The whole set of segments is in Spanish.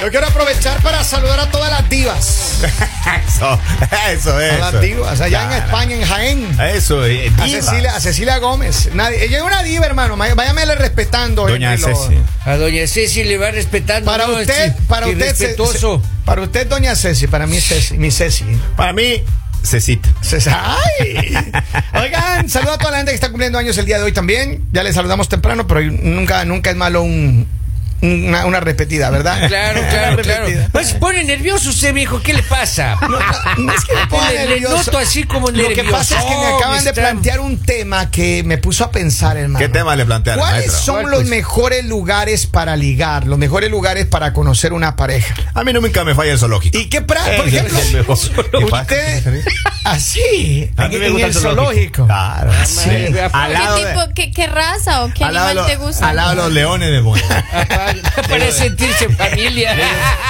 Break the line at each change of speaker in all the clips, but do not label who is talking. Yo quiero aprovechar para saludar a todas las divas.
eso, eso,
A
eso.
las divas. Allá en
Claro.
España, en Jaén.
Eso, eh,
A
divas.
Cecilia, a Cecilia Gómez. Nadie- ella es una diva, hermano. May- Váyamele respetando.
Doña
eh, lo-
Ceci.
A doña Ceci le va respetando.
Para
¿no?
usted,
Es
para usted, Ce-
irrespetuoso.
Ce- para usted, doña Ceci, para mí Ceci, mi Ceci.
Para mí, Cecita.
Ceci- ¡Ay! Oigan, saludo a toda la gente que está cumpliendo años el día de hoy también. Ya les saludamos temprano, pero nunca, nunca es malo un- una, una repetida, ¿verdad?
Claro,
Una
claro, claro.
repetida.
Pues se pone nervioso usted, viejo. ¿Qué le pasa?
No es que me ponga
Le- le
nervioso.
noto así como
Lo que pasa es que me
nerviosón,
acaban de
está-
plantear un tema que me puso a pensar, hermano.
¿Qué tema le plantearon,
¿Cuáles
maestro?
son
¿Cuál,
los
pues?
mejores lugares para ligar? Los mejores lugares para conocer una pareja.
A mí nunca me falla el zoológico.
¿Y qué pra-
Ese
Por
es
ejemplo,
Eh, el mejor. ¿Qué pasa?
usted así,
A
en,
mí me
en
gusta Ah,
el zoológico. Ah,
Claro. sí.
madre, vea,
Al
¿Qué,
lado de-
tipo, qué, qué raza o qué
al lado de
animal
los-
te gusta?
Al lado de los leones me voy.
eh,
Para sentirse en familia.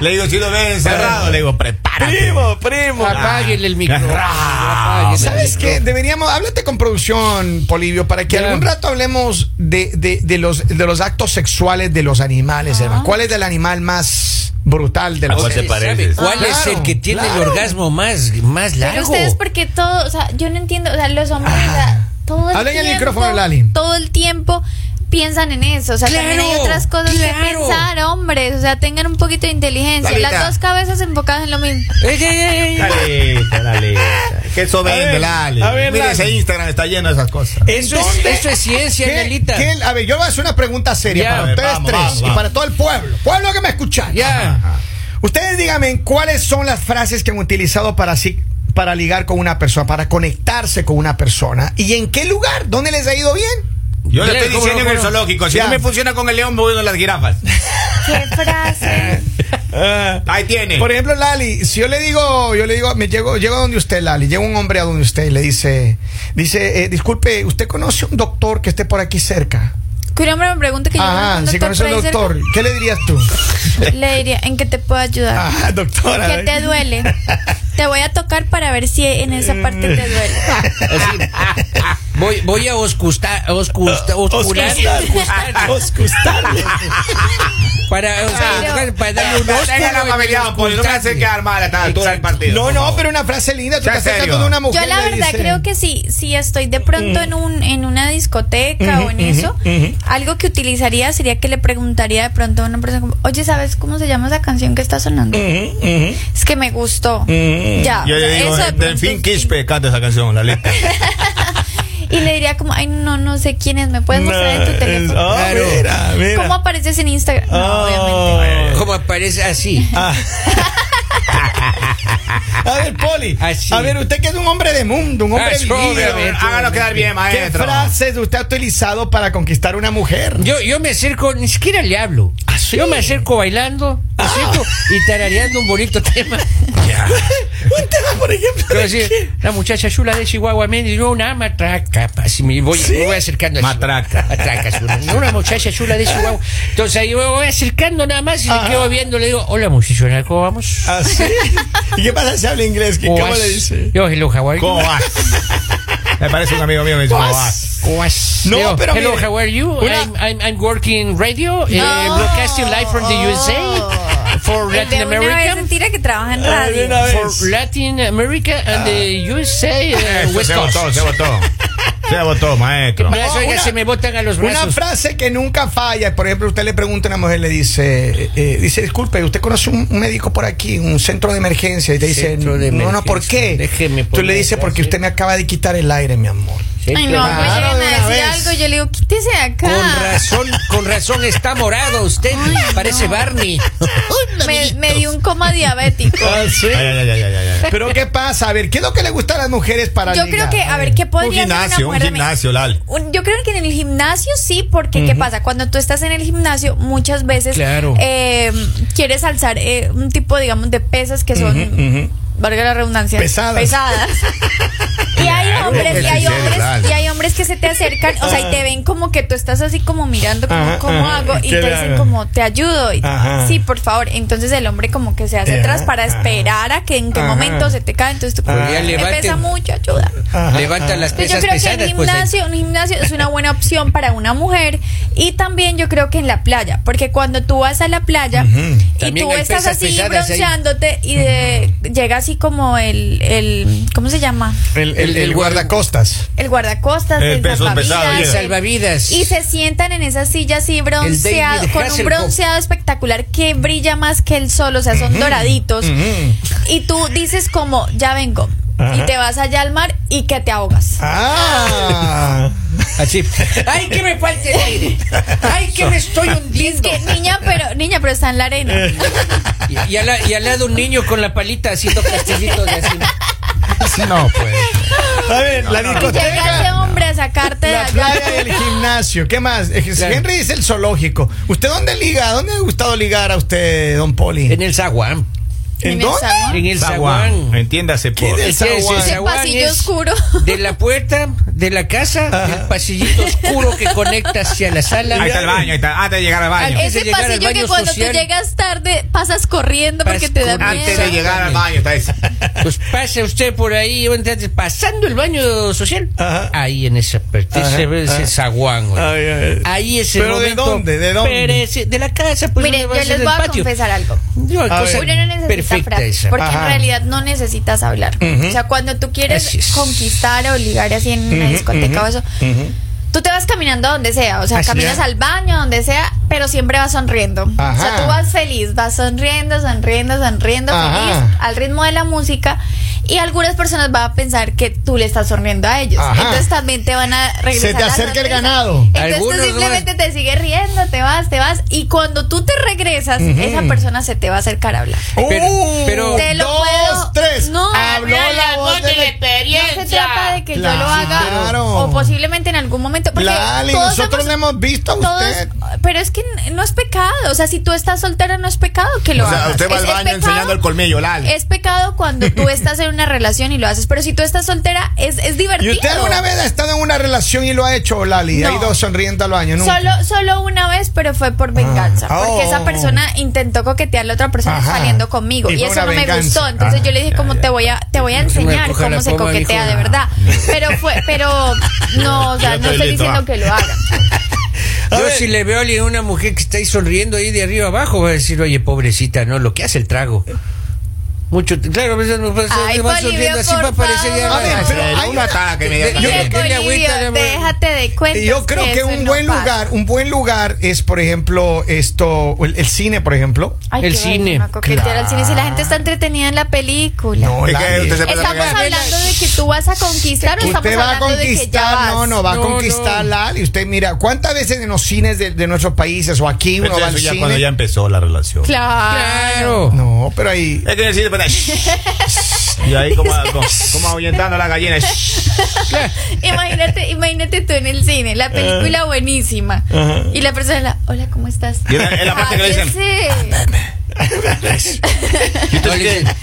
Le digo, si lo ves encerrado, le digo, prepárate.
primo. Apáguenle el micrófono.
Ah,
apáguenle el
¿Sabes qué?
micrófono.
Deberíamos, háblate con producción, Polivio, para que
Ya.
algún rato hablemos de, de- de los, de los actos sexuales de los animales, hermano. ¿Cuál es el animal más brutal de
¿A
los
cuál te
¿Sabe
pareces?
¿Cuál
Ah,
es
claro,
el que tiene
claro.
el orgasmo más, más largo?
Pero ustedes, porque todo, o sea, yo no entiendo, o sea, los hombres, o sea, todo el
Háblale Ah. al
tiempo.
micrófono, Lali.
Todo el tiempo piensan en eso, o sea, también hay
Claro,
otras cosas que
claro.
pensar, hombres, o sea, tengan un poquito de inteligencia,
Lalita.
las dos cabezas enfocadas en lo mismo.
Ey, ey, ey, ey.
Lalita, Lalita. Que eso vende,
ver,
Lali.
a ver, Eh,
Mira
Lali.
ese Instagram, está lleno de esas cosas.
Eso es,
¿Dónde?
eso es ciencia,
¿Qué-
Lalita.
qué- a ver, yo voy a hacer una pregunta seria
Ya.
para
A ver,
ustedes
vamos,
tres
vamos,
y
vamos.
para todo el pueblo. Pueblo que me escucha.
Ya.
Ustedes díganme cuáles son las frases que han utilizado para así para ligar con una persona, para conectarse con una persona y en qué lugar, dónde les ha ido bien.
Yo le
Mira,
estoy
cómo
diciendo
no,
en el
cómo no.
zoológico. Si
Ya.
no me funciona con el león, me voy con las jirafas. Eh,
Qué frase.
Ahí tiene.
Por ejemplo, Lali, si yo le digo, yo le digo, me llego, llego a donde usted, Lali, llega un hombre a donde usted y le dice, dice, eh, disculpe, ¿usted conoce un doctor que esté por aquí cerca?
Que un hombre me pregunte que yo
Ajá,
conozco
si Ah, conoce un
Fraser,
doctor, ¿qué le dirías tú?
le diría, ¿en qué te puedo ayudar?
Ah, doctora.
¿Qué
¿eh?
te duele? Te voy a tocar para ver si en esa parte te duele.
Así. Voy, voy a oscustar, oscusta, oscurar, oscustar, para,
Pero-
para darle un ósculo
Tenga la
en el
familia,
pues,
Poli, no me hace
oscustante.
quedar mal a esta altura del
Exacto.
partido.
No,
por
Oh, no,
favor.
pero una frase linda. Tú
Sea
te estás
serio.
tratando de una mujer.
Yo la
le
verdad
dice-
creo que sí, si estoy de pronto
Mm.
en un en una discoteca o en eso, algo que utilizaría sería que le preguntaría de pronto a una persona como, "Oye, ¿sabes cómo se llama esa canción que está sonando?" Es que me gustó. Ya.
Yo
o sea,
le digo,
eso de pronto
Delfín
sí.
Quispe canta esa canción, la lista.
Y le diría como, "Ay, no, no sé quién es, oh, me puedes mostrar en tu teléfono."
ah,
Claro.
¿Cómo apareces en Instagram? No, obviamente.
Como aparece Ah, así.
Ah. A ver, Poli.
Así.
A ver, usted que es un hombre de mundo, un hombre
Ah, sí,
vivido.
obviamente.
Háganos quedar bien,
¿Qué
maestro.
frases usted ha utilizado para conquistar una mujer?
Yo, yo me acerco, ni siquiera le hablo.
¿Ah, sí? Ah.
Yo me acerco bailando, me acerco y tarareando un bonito tema.
Un tema, por ejemplo.
Quiero decir, la muchacha chula de Chihuahua me dio una matraca. Así me voy, me voy acercando. así.
Matraca.
Matraca. es una- Una muchacha chula de Chihuahua. Entonces ahí me voy acercando nada más y
Ah.
le quedo viendo. Le digo, hola muchachona, ¿cómo
Así.
vamos?
¿Y qué pasa si habla inglés? ¿Qué,
O
Ah, ¿Cómo
as-
le dice?
Yo, hello, how are you?
¿Cómo vas? Me parece un amigo mío que me dice, ¿cómo vas?
O as-
No,
Yo,
pero
Hello,
mire,
how are you?
una-
I'm, I'm, I'm working radio, eh,
No.
broadcasting live from the USA for
El de
Latin
una vez
America.
mentira que trabaja en
Ah, de
radio.
una vez.
For Latin America and the USA eh,
Eso,
West
Se
Coast.
votó, se votó. Se votó, maestro.
Brazos, oiga,
Una-
se me botan a los
Una
brazos.
frase que nunca falla. Por ejemplo, usted le pregunta a una mujer, le dice, eh, eh, dice, disculpe, ¿usted conoce un un médico por aquí, un centro de emergencia? Y te dice,
Centro de
no, no, ¿por
emergencia.
qué?
Déjeme
Tú le
poner
dices, porque
frase.
usted me acaba de quitar el aire, mi amor.
Sí,
Ay, no,
claro.
pues
Claro,
llegan
de
a
una
decir
vez.
algo, yo le digo, quítese de acá.
Con razón, con razón está morado usted. parece Barney.
me, me dio un coma diabético.
Ay, ay, ay, ay, ay, ay.
Pero ¿qué pasa? A ver, ¿qué es lo que le gusta a las mujeres para
Yo creo
ligar?
que, a ver, ¿qué
Un
podría hacer
gimnasio, un
una mujer? Me-
gimnasio, Lal.
un- yo creo que en el gimnasio sí, porque ¿qué pasa? Cuando tú estás en el gimnasio, muchas veces
Claro.
eh, quieres alzar eh, un tipo, digamos, de pesas que son, valga la redundancia,
Pesadas.
pesadas. Y hay hombres, y hay
Sí, sí,
hombres,
verdad.
y hay hombres que se te acercan, o sea, y te ven como que tú estás así como mirando como
Ajá,
cómo
ajá,
hago y
¿qué
te
le
dicen
hago?
como te ayudo y
Ajá.
sí, por favor. Entonces el hombre como que se hace
Ajá,
atrás para
ajá.
esperar a que en qué
Ajá. Ah.
momento se te cae, entonces tú como
Ajá.
me
Levante.
pesa mucho, ayuda.
Ajá,
Levanta
ajá.
las
Pero
pesas
yo creo que el
pesadas. pues, ahí-
gimnasio, un gimnasio es una buena opción para una mujer y también yo creo que en la playa, porque cuando tú vas a la playa y
También
tú
hay
estás
pesas
así
pesadas ahí.
bronceándote y de- llega así como el, el ¿cómo se llama?
El, el- el guardacostas.
El guardacostas,
El
el,
peso pesado, llega.
salvavidas,
El salvavidas.
y se sientan en esa silla así bronceado,
David
con un
Hasselhoff.
bronceado espectacular que brilla más que el sol, o sea, son doraditos. Y tú dices como, ya vengo. Y te vas allá al mar y que te ahogas.
Ah.
Así. ¡Ay, que me falta el aire! ¡Ay, que me estoy
Es
hundiendo!
que niña, pero niña, pero está en la arena.
Eh, Y, y al, la- y al lado un niño con la palita haciendo castelitos de así.
No, pues.
A ver, la
Y llega
discoteca.
ese hombre a sacarte de
La
allá.
playa y el gimnasio, ¿qué más? Eh, si
Claro.
Henry es el zoológico. ¿Usted dónde liga? ¿Dónde le ha gustado ligar a usted, don Poli?
En el zaguán.
¿En
el
dónde?
salón.
En el zaguán.
Zaguán. Entiéndase por.
¿Qué
Es que
Zaguán.
ese
Ese
zaguán
pasillo
es
oscuro.
De la puerta de la casa, el pasillito oscuro que conecta hacia la sala.
Ahí está el baño, ahí está. Ah, Antes de llegar al baño.
Al-
Ese
de llegar al
pasillo que
baño
cuando
social.
tú llegas tarde pasas corriendo porque
Pasas
te da
corriendo.
Antes
miedo.
de llegar al baño está ese.
Pues pase usted por ahí, entonces, pasando el baño social.
Ajá.
Ahí en esa parte,
Ajá,
ese, ese
ajá.
zaguán. güey.
Ay, ay, ay.
Ahí ese
¿Pero de
momento-
dónde? ¿De dónde?
Pero ese- de la casa, pues.
Miren,
¿dónde va
yo
a ser
les
del
voy a
patio?
confesar algo.
Yo,
A
cosa
ver.
Uno no necesita
perfecta
frases,
esa.
porque en
Ajá.
realidad no necesitas hablar. O sea, cuando tú quieres
Así es.
conquistar o ligar así en una discoteca o eso, tú te vas caminando a donde sea, o sea,
Así
caminas
es.
al baño, donde sea, pero siempre vas sonriendo. O
Ajá.
sea, tú vas feliz, vas sonriendo, sonriendo, sonriendo,
Ajá.
feliz, al ritmo de la música. Y algunas personas van a pensar que tú le estás sonriendo a ellos.
Ajá.
Entonces también te van a regresar.
Se te
la
acerca el
sonrisa.
ganado.
Entonces tú
Algunos
simplemente te sigues riendo, te vas, te vas. Y cuando tú te regresas, esa persona se te va a acercar a hablar.
Pero- pero-
Te lo
Uh, dos,
puedo-
tres.
No.
Habló
Habla
la voz de la
No se trata de que yo lo haga
Claro.
o posiblemente en algún momento. Porque
La Ali,
todos
nosotros
hemos-
le hemos visto a
todos-
usted.
pero es que n- no es pecado. O sea, si tú estás soltera, no es pecado que lo
O sea,
hagas.
usted va
Es-
al
es
baño
pecado-
enseñando el colmillo, Lali.
Es pecado cuando tú estás en una relación y lo haces. Pero si tú estás soltera, es, es
¿Y
divertido.
usted alguna vez ha estado en una relación y lo ha hecho, Lali?
No.
Ha ido sonriendo al baño, nunca.
Solo, solo una vez, pero fue por venganza.
Ah,
porque
oh.
esa persona intentó coquetear a la otra persona
Ajá.
saliendo conmigo.
Y
Y,
fue
eso
una
no me
venganza.
gustó. Entonces
Ah,
yo le dije, como te voy a, te voy a
No se me
enseñar
coja la
cómo se
poma,
coquetea
hijo.
de verdad. Pero fue, pero no, o sea,
Yo
no
estoy
estoy
listo,
ah.
diciendo
va.
que lo haga.
A
Yo
ver.
si le veo a alguien, una mujer que está ahí sonriendo ahí de arriba abajo, va a decir, oye, pobrecita, ¿no? Lo que hace el trago. Mucho, claro, pues, a veces nos va,
Ay,
va
Polibio,
sonriendo así
por
para parecer ya
Ah,
favor.
va-
A ver, pero hay
un
una-
ataque
Yo-
Mire,
inmediatamente.
denle agüita,
Polibio,
denle-
déjate de cuentas.
Y Yo creo que
eso
un
no
buen
pasa.
lugar, un buen lugar es, por ejemplo, esto, el, el cine, por ejemplo.
Ay,
El
qué bueno,
cine,
no coquetear al cine. Si la gente está entretenida en la película.
No,
Es que
Lali.
usted se pasa
Estamos
pegando.
hablando de que tú vas a conquistar o estamos
Usted va a
hablando de que ya
conquistar,
vas.
no, no, va
No,
a conquistar
no.
Lali. Usted mira, ¿cuántas veces en los cines de, de nuestros países o aquí uno
Pero
va
eso
al
ya
cine?
cuando ya empezó la relación.
Claro.
Claro.
No, pero ahí.
Es que decir, pero- Y ahí como, como, como ahuyentando a la gallina.
Imagínate, imagínate tú en el cine, la película buenísima. Y la persona, hola, ¿cómo estás?
Y es la- es la parte que le dicen,
Cállese.
No, le dicen,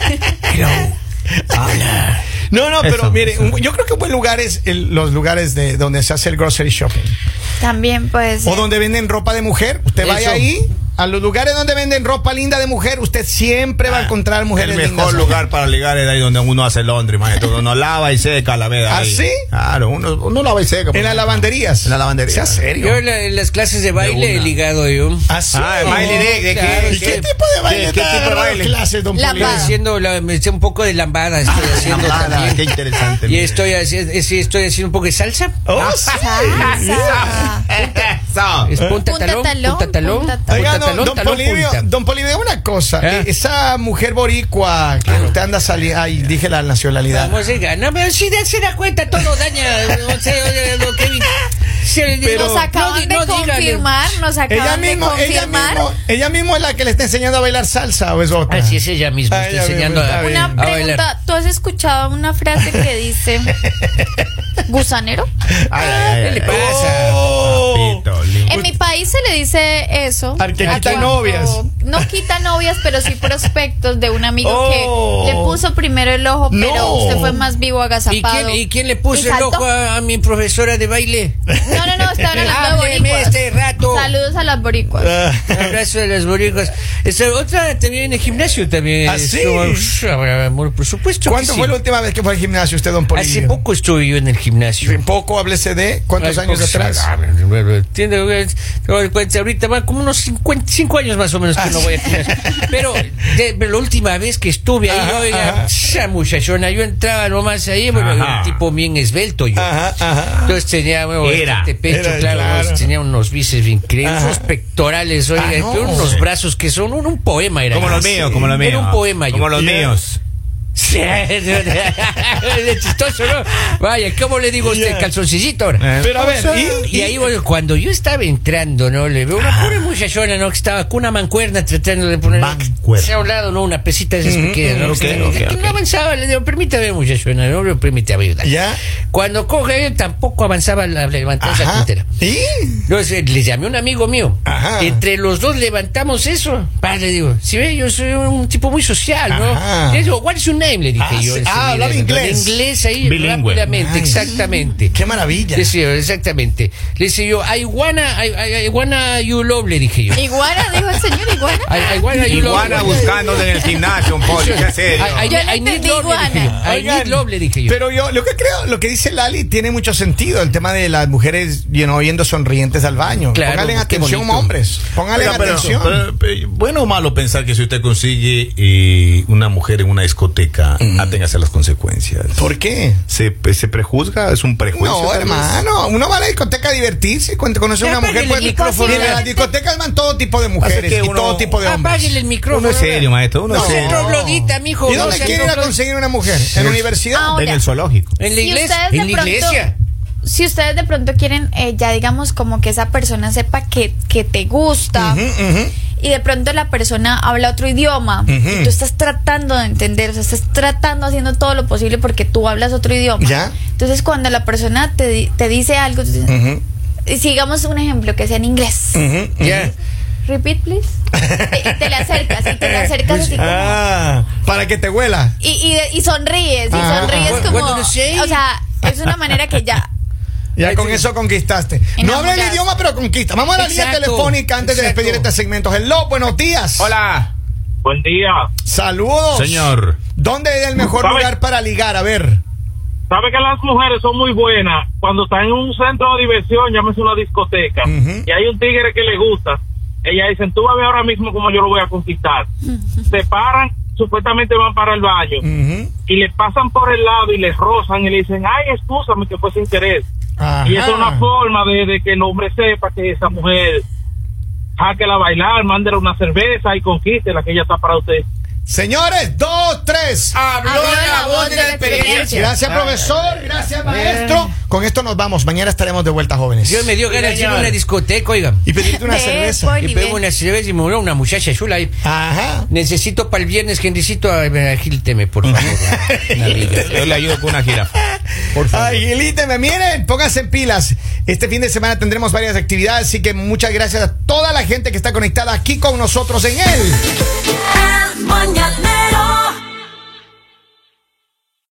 No, no, pero
Eso,
mire,
eso.
un- yo creo que un buen lugar es el- los lugares de donde se hace el grocery shopping.
También pues
O donde venden ropa de mujer. Usted vaya
Eso.
ahí, a los lugares donde venden ropa linda de mujer, usted siempre va a encontrar mujeres
El mejor
lindas.
lugar para ligar es ahí donde uno hace Londres, imagínate. Uno lava y seca la veda.
¿Ah,
ahí.
sí?
Claro, uno, uno lava y seca. pues.
En las lavanderías.
En las lavanderías.
Sea serio.
Yo en, la- en las clases de baile
una.
he ligado ¿eh? yo.
Así.
Ah, el baile de, de
Claro,
qué,
¿Y qué tipo de baile?
¿Qué, qué
está
tipo de
agarrando
baile?
clases, don
La
Pulido?
paz.
haciendo la- me hice un poco de lambada
Ah,
estoy haciendo
Lambada,
también.
Ah, qué interesante.
y
mire.
estoy, haci- eh, sí, estoy haciendo un poco de salsa.
Oh, sí.
Ah,
Eso.
Salsa.
Es punta
Punta
talón,
talón,
punta talón,
punta
punta
talón.
Oiga, don,
talón,
don
talón,
Polibio,
punta.
don Polibio, una cosa.
Ah.
eh, Esa mujer boricua que usted anda saliendo. Ay, dije la nacionalidad.
¿Cómo se gana? Pero si da- se da cuenta, todo daña. O sea, o- o- lo que- se-
Nos acaban
no
de
di- no digan-
confirmar, nos
Ella
acaban de
mismo, ella
confirmar.
mismo, ella mismo es la que le está enseñando a bailar salsa o es otra.
Así es ella misma,
Ah,
está
ella misma,
enseñando
está
a,
bien.
a
Una
bailar.
pregunta, ¿tú has escuchado una frase que dice gusanero?
Ay, ay, ay,
Ah,
¿Qué le
ay.
pasa?
Oh.
Papito lindo.
En mi país se le dice eso.
Al que
a
quita
cuando-
novias.
No quita novias, pero sí prospectos de un amigo
Oh.
que le puso primero el ojo, pero
No.
usted fue más vivo
¿Y
agazapado.
quién, y quién le
Y
puso el
saltó.
ojo a, a mi profesora de baile?
No, no, no, estaban hablando de
Hábleme
boricuas.
este rato.
Saludos a las boricuas.
Ah.
Un abrazo de los boricuas. Esa otra también en el gimnasio también.
¿Ah, sí?
estuvo- Habrá amor, por supuesto. que
¿Cuándo
sí.
fue la última vez que fue al gimnasio usted, don Polivio?
Hace poco estuve yo en el gimnasio.
Hace poco, háblese de cuántos
Hace
años
poco-
atrás.
Ah, bueno, bueno, Tiene güey, tengo el cuenta ahorita más como unos 55 años más o menos que no voy a tener. Pero de- pero la última vez que estuve ahí,
Ajá,
oiga,
ajá.
esa muchachona, yo entraba nomás ahí, bueno,
Ajá.
un tipo bien esbelto yo.
Ajá, ajá.
Entonces tenía bueno,
Era,
bastante pecho,
era,
claro,
claro.
pues, tenía unos bíceps increíbles,
Ajá.
unos pectorales, oiga,
Ah, no.
pero unos brazos que son un, un poema era. Ah,
Como los míos, como los míos.
Era un poema yo.
Como los
Yeah.
míos.
Sí, es chistoso, ¿no? Vaya, ¿cómo le digo a usted
Ya.
calzoncillito ahora?
Eh,
Pero a ver,
Y, ahí, bueno, cuando yo estaba entrando, ¿no? Le veo
Ah.
una pobre muchachona, ¿no? Que estaba con una mancuerna tratando de poner.
Mancuerna.
Se ha hablado, ¿no? Una pesita de esas pequeñas, ¿no?
ok,
Que está-
ok,
que
ok.
no avanzaba, le digo, permítame, muchachona, ¿no? Le permítame ayudar.
Ya.
Cuando coge, eh, tampoco avanzaba la levantada esa
Ajá.
puntera.
¿Y?
Entonces le llamé a un amigo mío.
Ajá.
Entre los dos levantamos eso. Pa, le digo, si ve, yo soy un tipo muy social, ¿no?
Ajá.
Le digo, what is your name? Le dije
Ah,
yo.
sí.
enseguida,
Ah, hablaba
¿no?
inglés.
Inglés ahí,
Bilingüe.
rápidamente,
Nice.
exactamente.
¡Qué maravilla!
Sí, señor, exactamente. Le dije yo, I wanna, I, I- I wanna you love, le dije yo. I,
Iguana, dijo el señor Iguana.
I wanna you
Iguana
love.
buscándote en el gimnasio, un pollo, ¿qué
I,
serio?
I-
Yo
I
le
need
entendí
love, le dije yo. I
Oigan,
need love, le dije yo.
Pero yo, lo que creo, lo que dice Lali tiene mucho sentido, el tema de las mujeres you know, yendo sonrientes al baño.
Claro,
Pónganle
qué
atención,
bonito.
hombres. Pónganle
Oiga, pero-
atención.
pero, pero, bueno o malo pensar que si usted consigue eh, una mujer en una discoteca, aténgase a las consecuencias.
¿Por qué?
¿Se, se prejuzga? ¿Es un prejuicio?
No,
tal vez?
hermano, uno va a la discoteca a divertirse. Cuando conoce a una mujer,
apáguele
pues
el
micrófono.
mira, en las discotecas van todo tipo de
Pasa
mujeres
que
y
uno-
todo tipo de hombres.
Apáguele el micrófono.
Uno es serio, maestro. Uno
No,
es
se
serio.
troglodita, mijo.
¿Y
no
dónde
sea
quiere ir a
troglodita.
conseguir una mujer? ¿En la universidad?
Ahora,
En el zoológico.
En la
si
iglesia.
ustedes de
En la
pronto-
iglesia.
Si ustedes de pronto quieren, eh, ya digamos, como que esa persona sepa que, que te gusta. Y de pronto la persona habla otro idioma y tú estás tratando de entender, o sea, estás tratando, haciendo todo lo posible porque tú hablas otro idioma.
Ya.
Entonces, cuando la persona te, di- te dice algo, tú dices,
Ujú,
y sigamos un ejemplo que sea en inglés.
ujú, ujú.
Ya.
Repeat, please. y te le acercas, y te le acercas así como-
Ah, para que te huela.
Y, y, y sonríes, y
Ah,
sonríes
what-
como.
what do you say?
O sea, es una manera que ya.
Ya
Ay,
con
sí.
eso conquistaste. No
Enamoradas.
habla el idioma, pero conquista. Vamos a la línea
Exacto,
telefónica antes de
exacto.
despedir este segmento. Hello, buenos días.
Hola.
Buen día.
Saludos.
Señor.
¿Dónde es el mejor
¿Sabe?
lugar para ligar? A ver.
Sabe que las mujeres son muy buenas. Cuando están en un centro de diversión, llámese una discoteca,
Ujú.
y hay un tigre que le gusta, ellas dicen, tú vas a ver ahora mismo cómo yo lo voy a conquistar. Se paran, supuestamente van para el baño,
Ujú.
y le pasan por el lado y les rozan y le dicen, ay, escúchame que fue sin querer.
Ajá.
Y eso es una forma de, de que el hombre sepa que esa mujer sáquela a bailar, mándele una cerveza y conquiste la que ella está para usted.
Señores, dos, tres.
Habló la voz de la experiencia. Ah.
Gracias, profesor. Gracias, maestro. Con esto nos vamos. Mañana estaremos de vuelta, jóvenes.
Yo me dio ganas de ir a una discoteca, oiga.
Y pedirte una
Ve,
cerveza.
Poli,
Y
ve.
pego una cerveza y me voló una muchacha chula ahí.
Ajá.
Necesito para el viernes, Genricito, a- a- agílteme, por favor. Una amiga.
Yo le ayudo con una jirafa.
Por favor.
Ay, Elíteme, miren, pónganse en pilas. Este fin de semana tendremos varias actividades, así que muchas gracias a toda la gente que está conectada aquí con nosotros en él.
El mañanero